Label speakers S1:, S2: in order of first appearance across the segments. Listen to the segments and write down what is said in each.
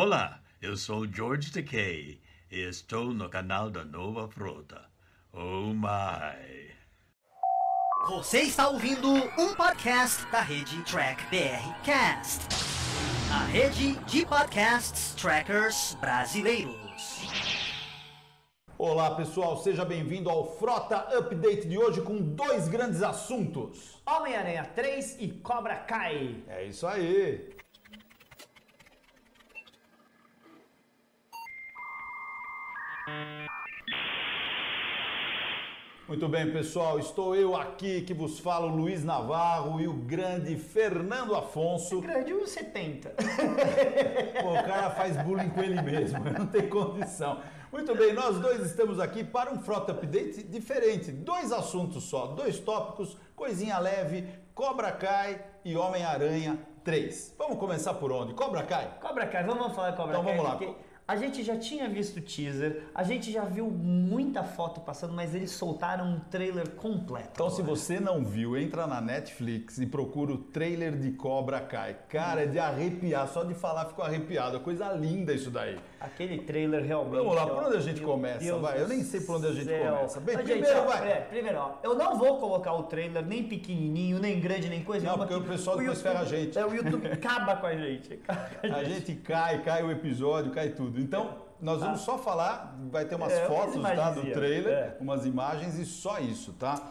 S1: Olá, eu sou George Takei e estou no canal da Nova Frota. Oh my!
S2: Você está ouvindo um podcast da rede Track BR Cast, a rede de podcasts trackers brasileiros.
S3: Olá pessoal, seja bem-vindo ao Frota Update de hoje com dois grandes assuntos.
S4: Homem-Aranha 3 e Cobra Kai.
S3: É isso aí. Muito bem, pessoal, estou eu aqui que vos falo, Luiz Navarro e o grande Fernando Afonso.
S4: Grande 1,70.
S3: Pô, o cara faz bullying com ele mesmo, não tem condição. Muito bem, nós dois estamos aqui para um Frota Update diferente. Dois assuntos só, dois tópicos, coisinha leve, Cobra Kai e Homem-Aranha 3. Vamos começar por onde? Cobra Kai?
S4: Cobra Kai, vamos falar de Cobra
S3: Então
S4: Kai.
S3: vamos lá.
S4: porque A gente já tinha visto o teaser, a gente já viu muita foto passando, mas eles soltaram um trailer completo.
S3: Então, se você não viu, entra na Netflix e procura o trailer de Cobra Kai. Cara, é de arrepiar, só de falar fico arrepiado. É coisa linda isso daí.
S4: Aquele trailer realmente.
S3: Vamos lá,
S4: ó,
S3: por onde a gente
S4: meu
S3: começa?
S4: Deus
S3: Vai, eu
S4: do
S3: nem sei por onde a gente
S4: céu.
S3: começa. Bem,
S4: Mas,
S3: primeiro,
S4: gente, ó,
S3: vai.
S4: é, primeiro, ó, eu não vou colocar o trailer nem pequenininho, nem grande, nem coisa
S3: Não,
S4: nenhuma,
S3: porque o pessoal depois
S4: YouTube-
S3: ferra a gente.
S4: É, o YouTube acaba com a gente. acaba com
S3: A gente cai, cai o episódio, cai tudo. Então, nós vamos só falar, vai ter umas
S4: Ah. É, umas
S3: fotos tá, do
S4: imagenzinhas,
S3: trailer,
S4: é.
S3: umas imagens e só isso, tá?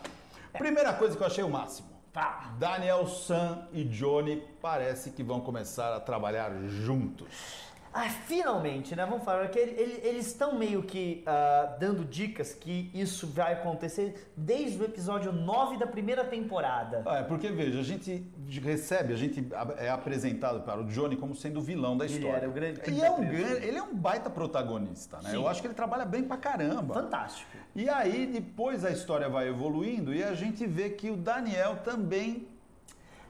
S3: Primeira coisa que eu achei o máximo.
S4: Tá.
S3: Daniel San e Johnny parece que vão começar a trabalhar juntos.
S4: Ah, finalmente, né? Vamos falar que ele- ele- eles estão meio que ah, dando dicas que isso vai acontecer desde o episódio 9 da primeira temporada.
S3: Ah, É, porque veja, a gente recebe, a gente a- é apresentado para o Johnny como sendo o vilão da
S4: Ele
S3: história.
S4: era o grande-
S3: E é um grande- ele é um baita protagonista, né?
S4: Sim.
S3: Eu acho que ele trabalha bem pra caramba.
S4: Fantástico.
S3: E aí depois a história vai evoluindo e a gente vê que o Daniel também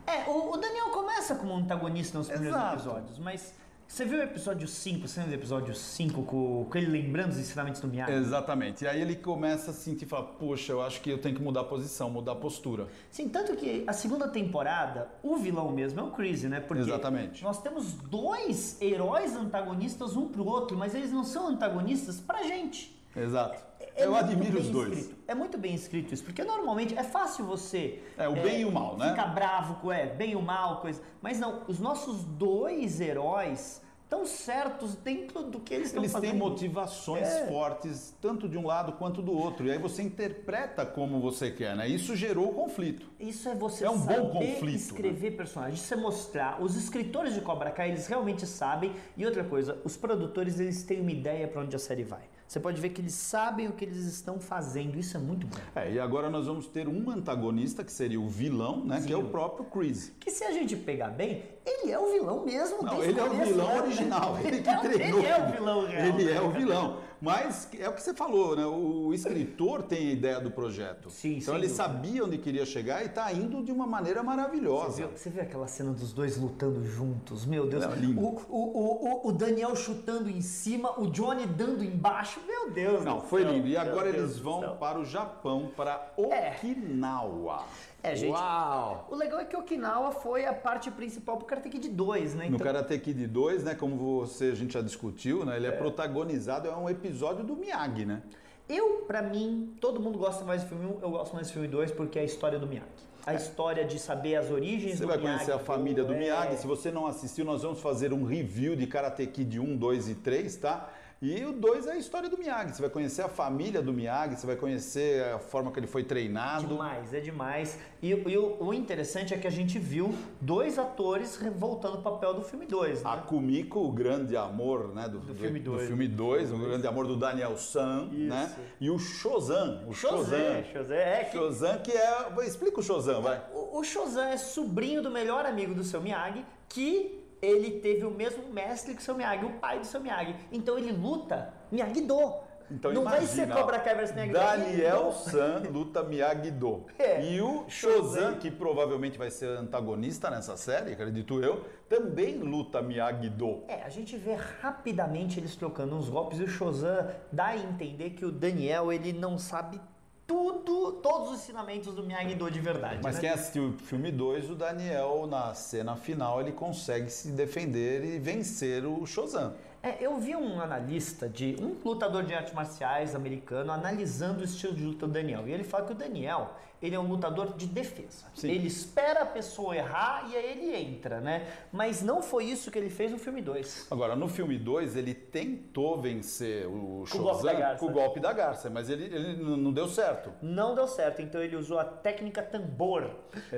S4: É, o, o Daniel começa como um antagonista nos primeiros
S3: Exato.
S4: episódios, mas você viu o episódio 5, sendo o episódio 5, com, com ele lembrando os ensinamentos do Miyagi?
S3: Exatamente. E aí ele começa a sentir, fala, poxa, eu acho que eu tenho que mudar a posição, mudar a postura.
S4: Sim, tanto que a segunda temporada, o vilão mesmo é o Chris, né? Porque
S3: Exatamente.
S4: nós temos dois heróis antagonistas um pro outro, mas eles não são antagonistas pra gente.
S3: Exato.
S4: É
S3: eu
S4: muito
S3: admiro
S4: bem
S3: os dois.
S4: escrito. É muito bem escrito isso, porque normalmente é fácil você.
S3: É, o bem e o mal, né?
S4: Ficar bravo com é, bem e o mal, coisa. Mas não, os nossos dois heróis estão certos dentro do que eles estão
S3: Eles
S4: fazendo.
S3: têm motivações
S4: É.
S3: fortes, tanto de um lado quanto do outro. E aí você interpreta como você quer, né? Isso gerou o conflito.
S4: Isso é você
S3: É um bom
S4: saber
S3: conflito,
S4: escrever personagens, isso é mostrar. Os escritores de Cobra Kai, eles realmente sabem. E outra coisa, os produtores, eles têm uma ideia pra onde a série vai. Você pode ver que eles sabem o que eles estão fazendo, isso é muito bom.
S3: É, e agora nós vamos ter um antagonista, que seria o vilão, né? Que é o próprio Chris.
S4: Que se a gente pegar bem, ele é o vilão mesmo.
S3: Não,
S4: desde
S3: ele é o
S4: começo,
S3: vilão
S4: né?
S3: original. Ele
S4: é
S3: que
S4: o-
S3: treinou.
S4: Ele é o vilão real.
S3: Ele
S4: né?
S3: é o vilão. Mas é o que você falou, né? O escritor tem a ideia do projeto.
S4: Sim,
S3: então
S4: sem
S3: ele
S4: dúvida.
S3: sabia onde queria chegar e tá indo de uma maneira
S4: Você
S3: maravilhosa.
S4: viu- Você viu aquela cena dos dois lutando juntos? Meu Deus.
S3: Não, é lindo.
S4: O, o, o, o Daniel chutando em cima, o Johnny dando embaixo. Meu Deus.
S3: Não,
S4: do
S3: foi
S4: céu,
S3: lindo. E
S4: meu
S3: agora
S4: Deus
S3: eles
S4: do
S3: vão
S4: céu.
S3: para o Japão, para
S4: É.
S3: Okinawa.
S4: É, gente.
S3: Uau!
S4: O legal é que Okinawa foi a parte principal pro Karate Kid 2, né?
S3: No Karate Kid 2, né, como você, a gente já discutiu, né, ele é, protagonizado, é um episódio do Miyagi, né?
S4: Eu, pra mim, todo mundo gosta mais do filme 1, eu gosto mais do filme 2 porque é a história do Miyagi. A história de saber as origens
S3: Você
S4: do
S3: vai
S4: Miyagi.
S3: conhecer a família do
S4: é.
S3: Miyagi. Se você não assistiu, nós vamos fazer um review de Karate Kid 1, 2 e 3, tá? E o 2 é a história do Miyagi. Você vai conhecer a família do Miyagi, você vai conhecer a forma que ele foi treinado.
S4: Demais, é demais. E, e o, o interessante é que a gente viu dois atores re- voltando o papel do filme 2, né?
S3: A Kumiko, o grande amor né, do, do
S4: filme dois.
S3: filme 2, o grande amor do Daniel San, né? E o Shozan. O Shozan.
S4: José, José, é que
S3: Shozan, que é. Explica o Shozan, vai.
S4: o, o Shozan é sobrinho do melhor amigo do seu Miyagi, que ele teve o mesmo mestre que o seu Miyagi, o pai do seu Miyagi. Então ele luta Miyagi-Do.
S3: Então
S4: Não vai
S3: imagina,
S4: ser Cobra Kai versus
S3: ó,
S4: Miyagi-Do. é
S3: Daniel
S4: Miyagi-Do.
S3: San luta Miyagi-Do.
S4: É.
S3: E o Shozan, que provavelmente vai ser antagonista nessa série, acredito eu, também luta Miyagi-Do.
S4: É, a gente vê rapidamente eles trocando uns golpes e o Shozan dá a entender que o Daniel ele não sabe tudo, todos os ensinamentos do Miyagi-Do de verdade.
S3: Mas é-
S4: né?
S3: quem assistiu o filme 2, o Daniel, na cena final, ele consegue se defender e vencer o Shozan.
S4: É, eu vi um analista de um lutador de artes marciais americano analisando o estilo de luta do Daniel. E ele fala que o Daniel, ele é um lutador de defesa.
S3: Sim.
S4: Ele espera a pessoa errar e aí ele entra, né? Mas não foi isso que ele fez no filme 2.
S3: Agora, no filme 2, ele tentou vencer o
S4: o golpe da
S3: Shozan
S4: garça.
S3: com o golpe da garça, mas ele, ele n- não deu certo.
S4: Não deu certo, então ele usou a técnica tambor.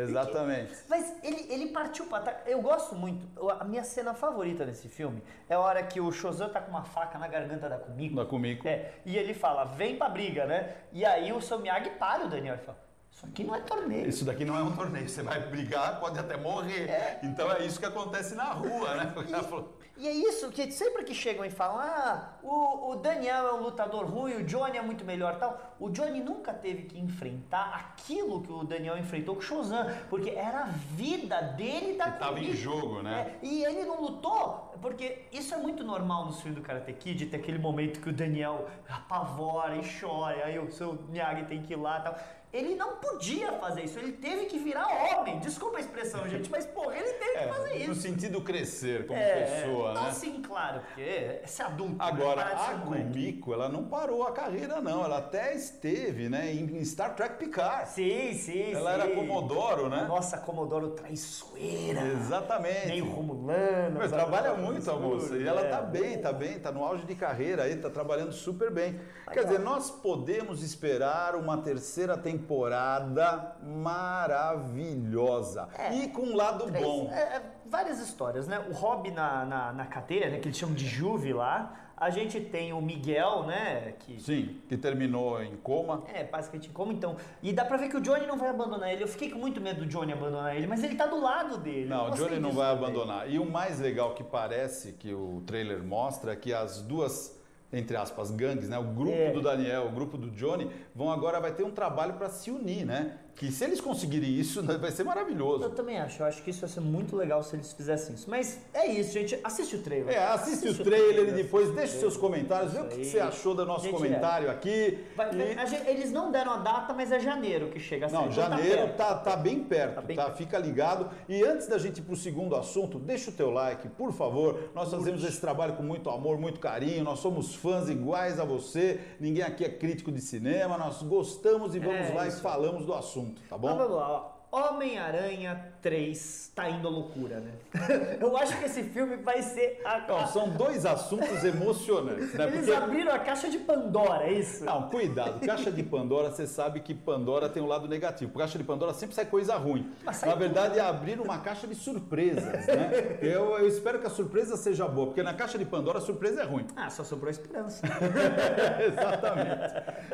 S3: Exatamente.
S4: Mas ele, ele partiu pra trás. Eu gosto muito. Eu- A minha cena favorita nesse filme é a hora que o Shozan tá com uma faca na garganta da Kumiko.
S3: Da Kumiko.
S4: É, e ele fala, vem pra briga, né? E aí o seu Miyagi para o Daniel e fala, isso aqui não é torneio.
S3: Isso daqui não é um torneio, você vai brigar, pode até morrer. Então é isso que acontece na rua, né? O cara falou,
S4: E é isso que sempre que chegam e falam, ah, o, o Daniel é um lutador ruim, o Johnny é muito melhor tal. O Johnny nunca teve que enfrentar aquilo que o Daniel enfrentou com o Shozan, porque era a vida dele e da
S3: Que tava em
S4: Kumiko.
S3: jogo, né?
S4: É, e ele não lutou, porque isso é muito normal no filme do Karate Kid, ter aquele momento que o Daniel apavora e chora, aí o seu Miyagi tem que ir lá e tal. Ele não podia fazer isso, ele teve que virar homem. Desculpa a expressão, gente, mas porra, ele teve que fazer
S3: é,
S4: isso.
S3: no sentido crescer como
S4: É,
S3: pessoa,
S4: então
S3: né?
S4: sim, claro, porque esse adulto. né,
S3: Agora,
S4: para de ser
S3: a
S4: moleque.
S3: Kumiko, ela não parou a carreira, não. Ela até esteve, né, em Star Trek Picard.
S4: Sim, sim,
S3: Ela
S4: sim.
S3: era Comodoro, né?
S4: Nossa, Comodoro traiçoeira.
S3: Exatamente.
S4: Meio Romulano.
S3: Mas
S4: sabe?
S3: trabalha muito a moça. E ela
S4: É.
S3: tá bem, tá bem, tá no auge de carreira aí, tá trabalhando super bem.
S4: Tá
S3: Quer dizer, nós podemos esperar uma terceira temporada maravilhosa. E com um lado
S4: É. Três-
S3: bom.
S4: é, é, várias histórias, né? O Rob na, na, na cadeira, né? Que eles chamam de Juve lá. A gente tem o Miguel, né? Que
S3: Sim, que terminou em coma.
S4: É, basicamente como então. E dá pra ver que o Johnny não vai abandonar ele. Eu fiquei com muito medo do Johnny abandonar ele, mas ele tá do lado dele. Eu
S3: Não, o
S4: gostei
S3: Johnny não
S4: disso
S3: vai
S4: também.
S3: abandonar. E o mais legal que parece que o trailer mostra é que as duas, entre aspas, gangues, né? O grupo
S4: É.
S3: do Daniel, o grupo do Johnny, vão agora vai ter um trabalho para se unir, né? Que se eles conseguirem isso, né, vai ser maravilhoso.
S4: Eu também acho, eu acho que isso ia ser muito legal se eles fizessem isso. Mas é isso, gente. Assiste o trailer.
S3: É, assiste o trailer e depois deixa os seus
S4: trailer.
S3: comentários, vê o que
S4: Isso
S3: você
S4: aí.
S3: achou do nosso
S4: Gente,
S3: comentário aqui.
S4: Vai-
S3: E-
S4: a gente- eles não deram a data, mas é janeiro que chega a
S3: Não,
S4: sair. Então tá
S3: janeiro
S4: perto.
S3: tá, tá bem perto, tá,
S4: Tá bem perto.
S3: Fica ligado. E antes da gente ir pro segundo assunto, deixa o teu like, por favor. Nós fazemos esse trabalho com muito amor, muito carinho. Nós somos fãs iguais a você. Ninguém aqui é crítico de cinema. Nós gostamos e vamos
S4: É
S3: lá e
S4: isso.
S3: falamos do assunto, tá
S4: Mas
S3: bom?
S4: Então vamos lá, ó. Homem-Aranha 3 tá indo à loucura, né? Eu acho que esse filme vai ser a.
S3: Então, são dois assuntos emocionantes, né?
S4: Eles
S3: Porque-
S4: abriram a caixa de Pandora, é isso?
S3: Não, cuidado. Caixa de Pandora, você sabe que Pandora tem um lado negativo. Porque Caixa de Pandora sempre sai coisa ruim.
S4: Mas sai
S3: Na verdade, é abrir uma caixa de surpresas, né? Eu, eu espero que a surpresa seja boa, porque na Caixa de Pandora a surpresa é ruim.
S4: Ah, só sobrou a esperança.
S3: Exatamente.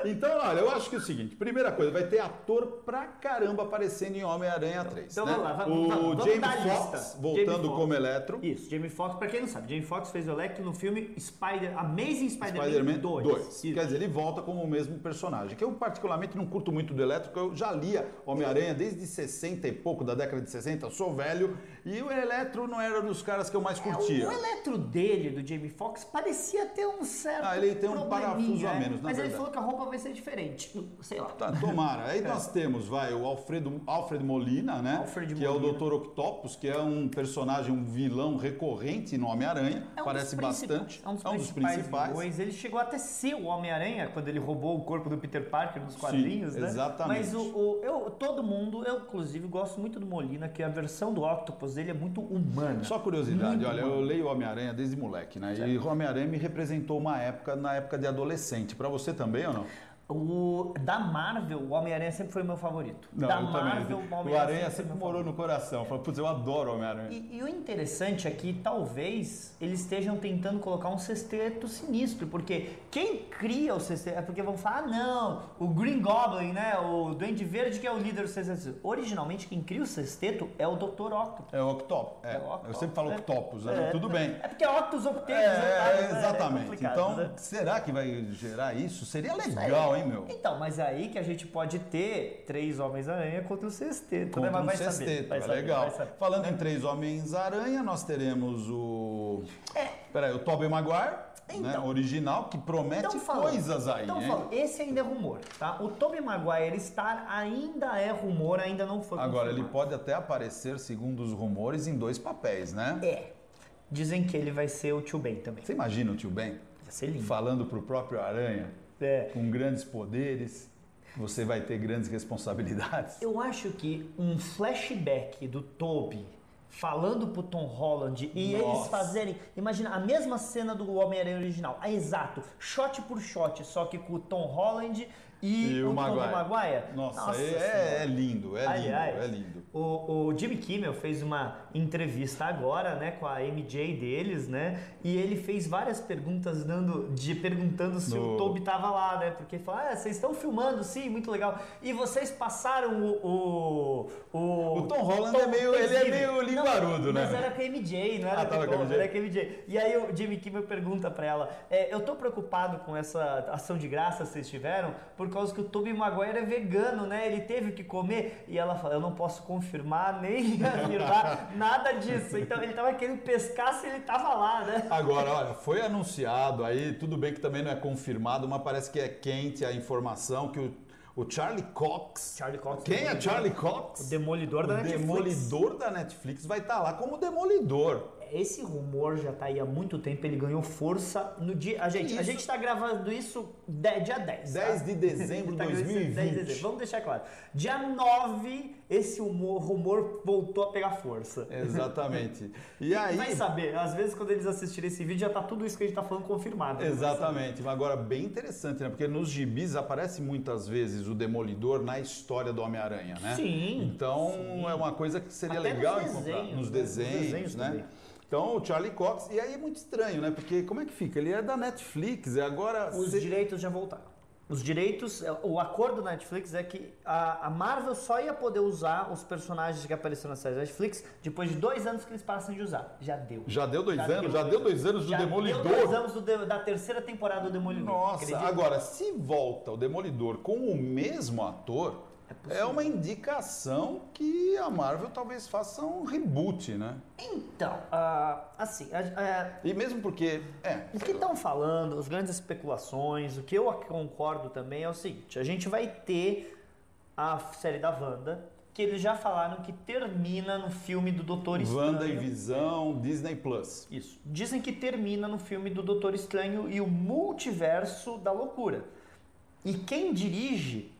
S3: Então, olha, eu acho que é o seguinte. Primeira coisa, vai ter ator pra caramba aparecendo em Homem-Aranha 3.
S4: Então
S3: né?
S4: vamos lá, vamos-
S3: O
S4: vamos- vamos dar
S3: James
S4: a
S3: Fox,
S4: lista.
S3: voltando
S4: Jamie Foxx.
S3: como Eletro.
S4: Isso, Jamie Foxx, pra quem não sabe, Jamie Foxx fez o Electro no filme Spider, Amazing Spider-Man,
S3: Spider-Man
S4: 2.
S3: 2.
S4: Isso.
S3: Quer dizer, ele volta como o mesmo personagem. Que eu particularmente não curto muito do Elétrico, eu já lia Homem-Aranha desde 60 e pouco, da década de 60, eu sou velho, e o Eletro não era um dos caras que eu mais
S4: É,
S3: curtia.
S4: O eletro dele, do Jamie Foxx, parecia ter um certo.
S3: Ah, ele tem um
S4: probleminha,
S3: parafuso a
S4: né?
S3: menos, na
S4: Mas ele
S3: verdade.
S4: falou que a roupa vai ser diferente. Sei lá.
S3: Tá, tomara.
S4: É.
S3: Aí nós temos, vai, o Alfredo, Alfred Molina, né?
S4: Alfred
S3: que é o
S4: Molina.
S3: Dr. Octopus, que é um personagem, um vilão recorrente no Homem-Aranha.
S4: É um
S3: Parece
S4: dos principais-
S3: bastante.
S4: É um dos principais. vilões. Ele chegou até ser o Homem-Aranha quando ele roubou o corpo do Peter Parker nos quadrinhos, né?
S3: exatamente.
S4: Mas o, o- eu, todo mundo, eu inclusive gosto muito do Molina, que a versão do Octopus dele é muito humana.
S3: Só curiosidade,
S4: Muito
S3: olha, eu leio Homem-Aranha desde moleque, né? E Homem-Aranha me representou uma época, na época de adolescente. Pra você também ou não?
S4: O, da Marvel, o Homem-Aranha sempre foi meu favorito. da Marvel, o
S3: O
S4: Homem-Aranha
S3: Aranha
S4: foi
S3: sempre
S4: meu
S3: morou no coração. Falei, putz, eu adoro Homem-Aranha.
S4: E, e o interessante é que talvez eles estejam tentando colocar um sexteto sinistro, porque quem cria o sexteto é porque vão falar, ah, não, o Green Goblin, né, o Duende Verde que é o líder do sexteto. Originalmente quem cria o sexteto é o Dr. Octopus.
S3: É o Octopus. É,
S4: É o Octopus,
S3: Eu sempre falo
S4: né?
S3: Octopus, né?
S4: É.
S3: tudo bem.
S4: É porque é Octopus Octopus.
S3: É, exatamente. então,
S4: Né?
S3: será que vai gerar isso? Seria legal, hein, meu?
S4: Então, mas aí que a gente pode ter três Homens-Aranha contra o sexteto,
S3: Contra
S4: né? Mas
S3: um
S4: vai
S3: sexteto,
S4: saber. Vai
S3: é
S4: saber,
S3: legal.
S4: vai saber.
S3: Falando em três Homens-Aranha, nós teremos o... Peraí, o Tobey Maguire. né,
S4: É. Então.
S3: original que promete
S4: Então fala.
S3: É coisas aí.
S4: Então
S3: hein?
S4: fala. Esse ainda é rumor, tá? O Tobey Maguire estar ainda é rumor, ainda não foi
S3: Agora, ele
S4: confirmado.
S3: pode até aparecer, segundo os rumores, em dois papéis, né?
S4: É. Dizem que ele vai ser o Tio Ben também.
S3: Você imagina o tio Ben
S4: Vai ser lindo.
S3: falando pro próprio Aranha,
S4: É.
S3: com grandes poderes, você vai ter grandes responsabilidades.
S4: Eu acho que um flashback do Toby falando pro Tom Holland e eles
S3: Nossa.
S4: fazerem, imagina a mesma cena do Homem-Aranha original, é exato, shot por shot, só que com o Tom Holland e,
S3: E
S4: o,
S3: o
S4: Tobey
S3: Maguire.
S4: Maguire.
S3: Nossa,
S4: Senhora.
S3: é, é lindo, é lindo,
S4: Aliás,
S3: é lindo.
S4: O, o Jimmy Kimmel fez uma entrevista agora, né, com a MJ deles, né? E ele fez várias perguntas dando, de perguntando se o
S3: No-
S4: Toby tava lá, né? Porque ele falou, ah, vocês estão filmando, sim, muito legal. E vocês passaram o o, o,
S3: O Tom Holland é meio- ele é meio
S4: Não,
S3: linguarudo, né?
S4: Mas era com a MJ, não era
S3: Ah,
S4: com
S3: tava
S4: o
S3: com a
S4: Tom,
S3: MJ.
S4: era com a MJ. E aí o Jimmy Kimmel pergunta pra ela, é, eu tô preocupado com essa ação de graça que vocês tiveram, por causa que o Tobey Maguire é vegano, né? Ele teve que comer. E ela fala, eu não posso confirmar nem afirmar nada disso. Então ele tava querendo pescar se ele tava lá, né?
S3: Agora, olha, foi anunciado aí, tudo bem que também não é confirmado, mas parece que é quente a informação que o, o Charlie Cox.
S4: Charlie Cox.
S3: Quem é Charlie Cox?
S4: O Demolidor da
S3: O
S4: Netflix.
S3: demolidor da Netflix vai estar lá como demolidor.
S4: Esse rumor já tá aí há muito tempo, ele ganhou força no dia. A gente, a
S3: Isso.
S4: gente tá gravando isso de- dia 10. tá?
S3: 10 de dezembro de
S4: Tá gravando isso
S3: 2020.
S4: 10 de dezembro, Vamos deixar claro. Dia 9, esse humor- rumor voltou a pegar força.
S3: Exatamente. É. E aí.
S4: Vai saber, às vezes quando eles assistirem esse vídeo já tá tudo isso que a gente tá falando confirmado.
S3: Exatamente. Agora, bem interessante, né? Porque nos gibis aparece muitas vezes o Demolidor na história do Homem-Aranha, né?
S4: Sim,
S3: Então, é uma coisa que seria
S4: Até
S3: legal
S4: nos
S3: encontrar
S4: desenhos,
S3: nos
S4: né? Nos
S3: desenhos,
S4: desenhos
S3: né?
S4: também.
S3: Então, o Charlie Cox, e aí é muito estranho, né? Porque como é que fica? Ele é da Netflix, e agora...
S4: Os
S3: se-
S4: direitos já voltaram. Os direitos, é, o acordo da Netflix é que a, a Marvel só ia poder usar os personagens que apareceram na série da Netflix depois de dois anos que eles parassem de usar. Já deu.
S3: Já deu dois anos? Já deu dois anos do
S4: Já
S3: Demolidor?
S4: Deu dois anos do de- da terceira temporada do Demolidor.
S3: Nossa,
S4: acredita?
S3: agora, se volta o Demolidor com o mesmo ator, é, uma indicação que a Marvel talvez faça um reboot, né?
S4: Então, ah, assim, a- a-
S3: E mesmo porque, é,
S4: O que estão falando, as grandes especulações, o que eu concordo também é o seguinte: a gente vai ter a série da Wanda, que eles já falaram que termina no filme do Doutor Estranho.
S3: Wanda e Visão, Disney Plus.
S4: Isso. Dizem que termina no filme do Doutor Estranho e o Multiverso da Loucura. E quem dirige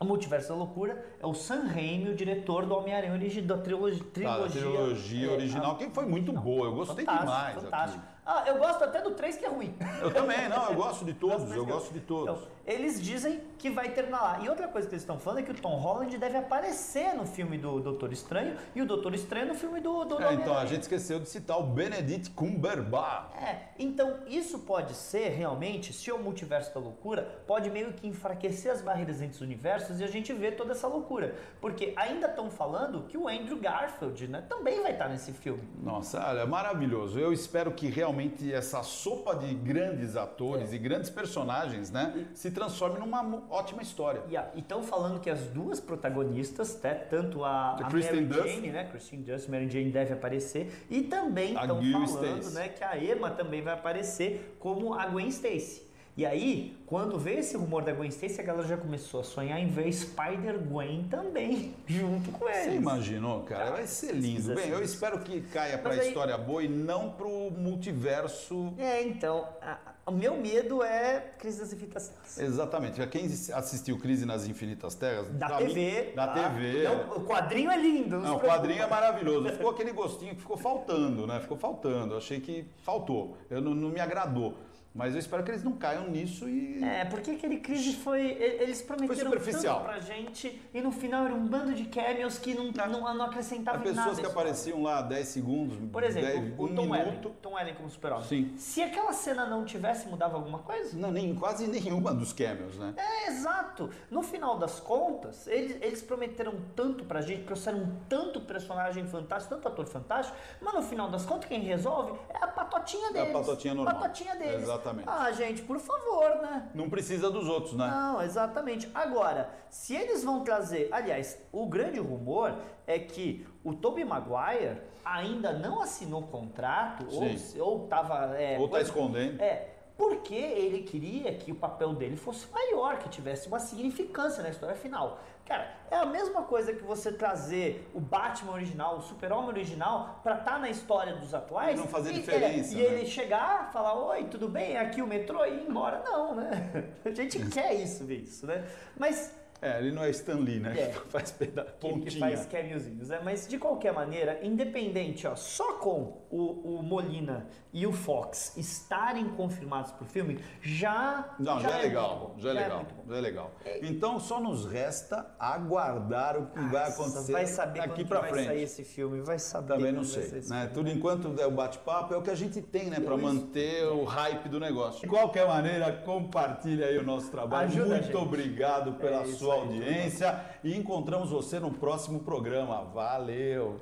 S4: o Multiverso da Loucura é o Sam Raimi, o diretor do Homem-Aranha origi- da trilogi-
S3: Tá,
S4: trilogia.
S3: da trilogia
S4: é,
S3: original,
S4: a-
S3: que foi muito boa, eu gostei
S4: fantástico,
S3: demais.
S4: Fantástico. Ah, eu gosto até do 3 que é ruim.
S3: aqui. Eu também, não, eu gosto de
S4: Mas,
S3: todos,
S4: mas,
S3: eu
S4: meu,
S3: gosto de todos.
S4: então, eles dizem que vai terminar lá. E outra coisa que eles estão falando é que o Tom Holland deve aparecer no filme do Doutor Estranho e o Doutor Estranho no filme do, do
S3: É,
S4: Homem-Aranha.
S3: então, a gente esqueceu de citar o Benedict Cumberbatch.
S4: É, então isso pode ser realmente, se o multiverso da loucura, pode meio que enfraquecer as barreiras entre os universos e a gente vê toda essa loucura. Porque ainda estão falando que o Andrew Garfield né, também vai estar nesse filme.
S3: Nossa, olha, é maravilhoso. Eu espero que realmente essa sopa de grandes atores e grandes personagens, né, se transforme numa mu- ótima história.
S4: E a- E estão falando que as duas protagonistas, né, tanto a,
S3: A
S4: a
S3: Kristen
S4: Mary
S3: Dunst.
S4: Jane, né? Kristen Dunst, Mary Jane deve aparecer. E também
S3: A
S4: estão
S3: Gwen
S4: falando
S3: Stacy.
S4: né, que a Emma também vai aparecer como a Gwen Stacy. E aí, quando veio esse rumor da Gwen Stacy, a galera já começou a sonhar em ver Spider-Gwen também, junto com eles.
S3: Você imaginou, cara? Vai ser lindo.
S4: precisa
S3: Bem,
S4: ser
S3: eu espero que caia pra
S4: Mas aí-
S3: história boa e não pro multiverso
S4: É, então, a- a- o meu medo é Crise das Infinitas Terras.
S3: Exatamente. Pra quem assistiu Crise nas Infinitas Terras,
S4: Da
S3: pra mim-
S4: TV.
S3: da
S4: tá?
S3: TV.
S4: Então, o quadrinho é lindo.
S3: Não, o quadrinho é maravilhoso. Ficou aquele gostinho que ficou faltando, né? Ficou faltando. Achei que faltou. Eu não, não me agradou. Mas eu espero que eles não caiam nisso e.
S4: É, porque aquele crise foi. e- Eles prometeram
S3: superficial.
S4: tanto pra gente e no final era um bando de cameos que não, não, não
S3: Tá. Há
S4: acrescentava em nada.
S3: pessoas que
S4: isso.
S3: apareciam lá 10 segundos,
S4: Por exemplo,
S3: 10,
S4: o
S3: um
S4: Tom Ellen.
S3: minuto.
S4: Tom Ellen como super-homem.
S3: Sim.
S4: Se aquela cena não tivesse, mudava alguma coisa?
S3: Não, nem, quase nenhuma dos cameos, né?
S4: É, exato. No final das contas, eles, eles prometeram tanto pra gente, trouxeram tanto personagem fantástico, tanto ator fantástico, mas no final das contas, quem resolve é a patotinha
S3: É a
S4: deles.
S3: patotinha normal.
S4: patotinha deles.
S3: Exatamente.
S4: Ah, gente, por favor, né?
S3: Não precisa dos outros, né?
S4: Não, exatamente. Agora, se eles vão trazer. Aliás, o grande rumor é que o Tobey Maguire ainda não assinou o contrato,
S3: Sim.
S4: ou é, ou estava.
S3: Ou tá escondendo.
S4: É. porque ele queria que o papel dele fosse maior, que tivesse uma significância na história final. Cara, é a mesma coisa que você trazer o Batman original, o Super-Homem original, pra estar na história dos atuais.
S3: E não fazer
S4: é,
S3: diferença,
S4: E
S3: né?
S4: ele chegar, falar, oi, tudo bem? É aqui o metrô e ir embora. Não, né? A gente quer isso, ver isso, né? Mas
S3: É, ele não é Stan Lee, né?
S4: É.
S3: Que faz peda...
S4: que,
S3: pontinha.
S4: que faz cameozinhos, né? Mas de qualquer maneira, independente, ó, só com o, o Molina e o Fox estarem confirmados pro filme, já.
S3: Não, já, é
S4: muito
S3: legal,
S4: bom,
S3: já é legal,
S4: muito bom.
S3: já é legal. Então só nos resta aguardar o que vai acontecer
S4: Ah, Vai saber quando
S3: aqui
S4: que
S3: pra
S4: vai
S3: frente.
S4: sair esse filme, vai saber.
S3: Também não
S4: quando vai
S3: sei.
S4: sair esse
S3: Né? Tudo enquanto é o bate-papo é o que a gente tem, né? Pra manter o hype do negócio. De qualquer maneira, compartilha aí o nosso trabalho.
S4: É Ajuda a gente.
S3: Muito obrigado pela
S4: É isso
S3: sua
S4: aí,
S3: audiência e encontramos você no próximo programa. Valeu!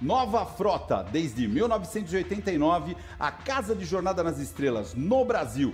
S3: Nova Frota, desde 1989, a casa de jornada nas estrelas no Brasil.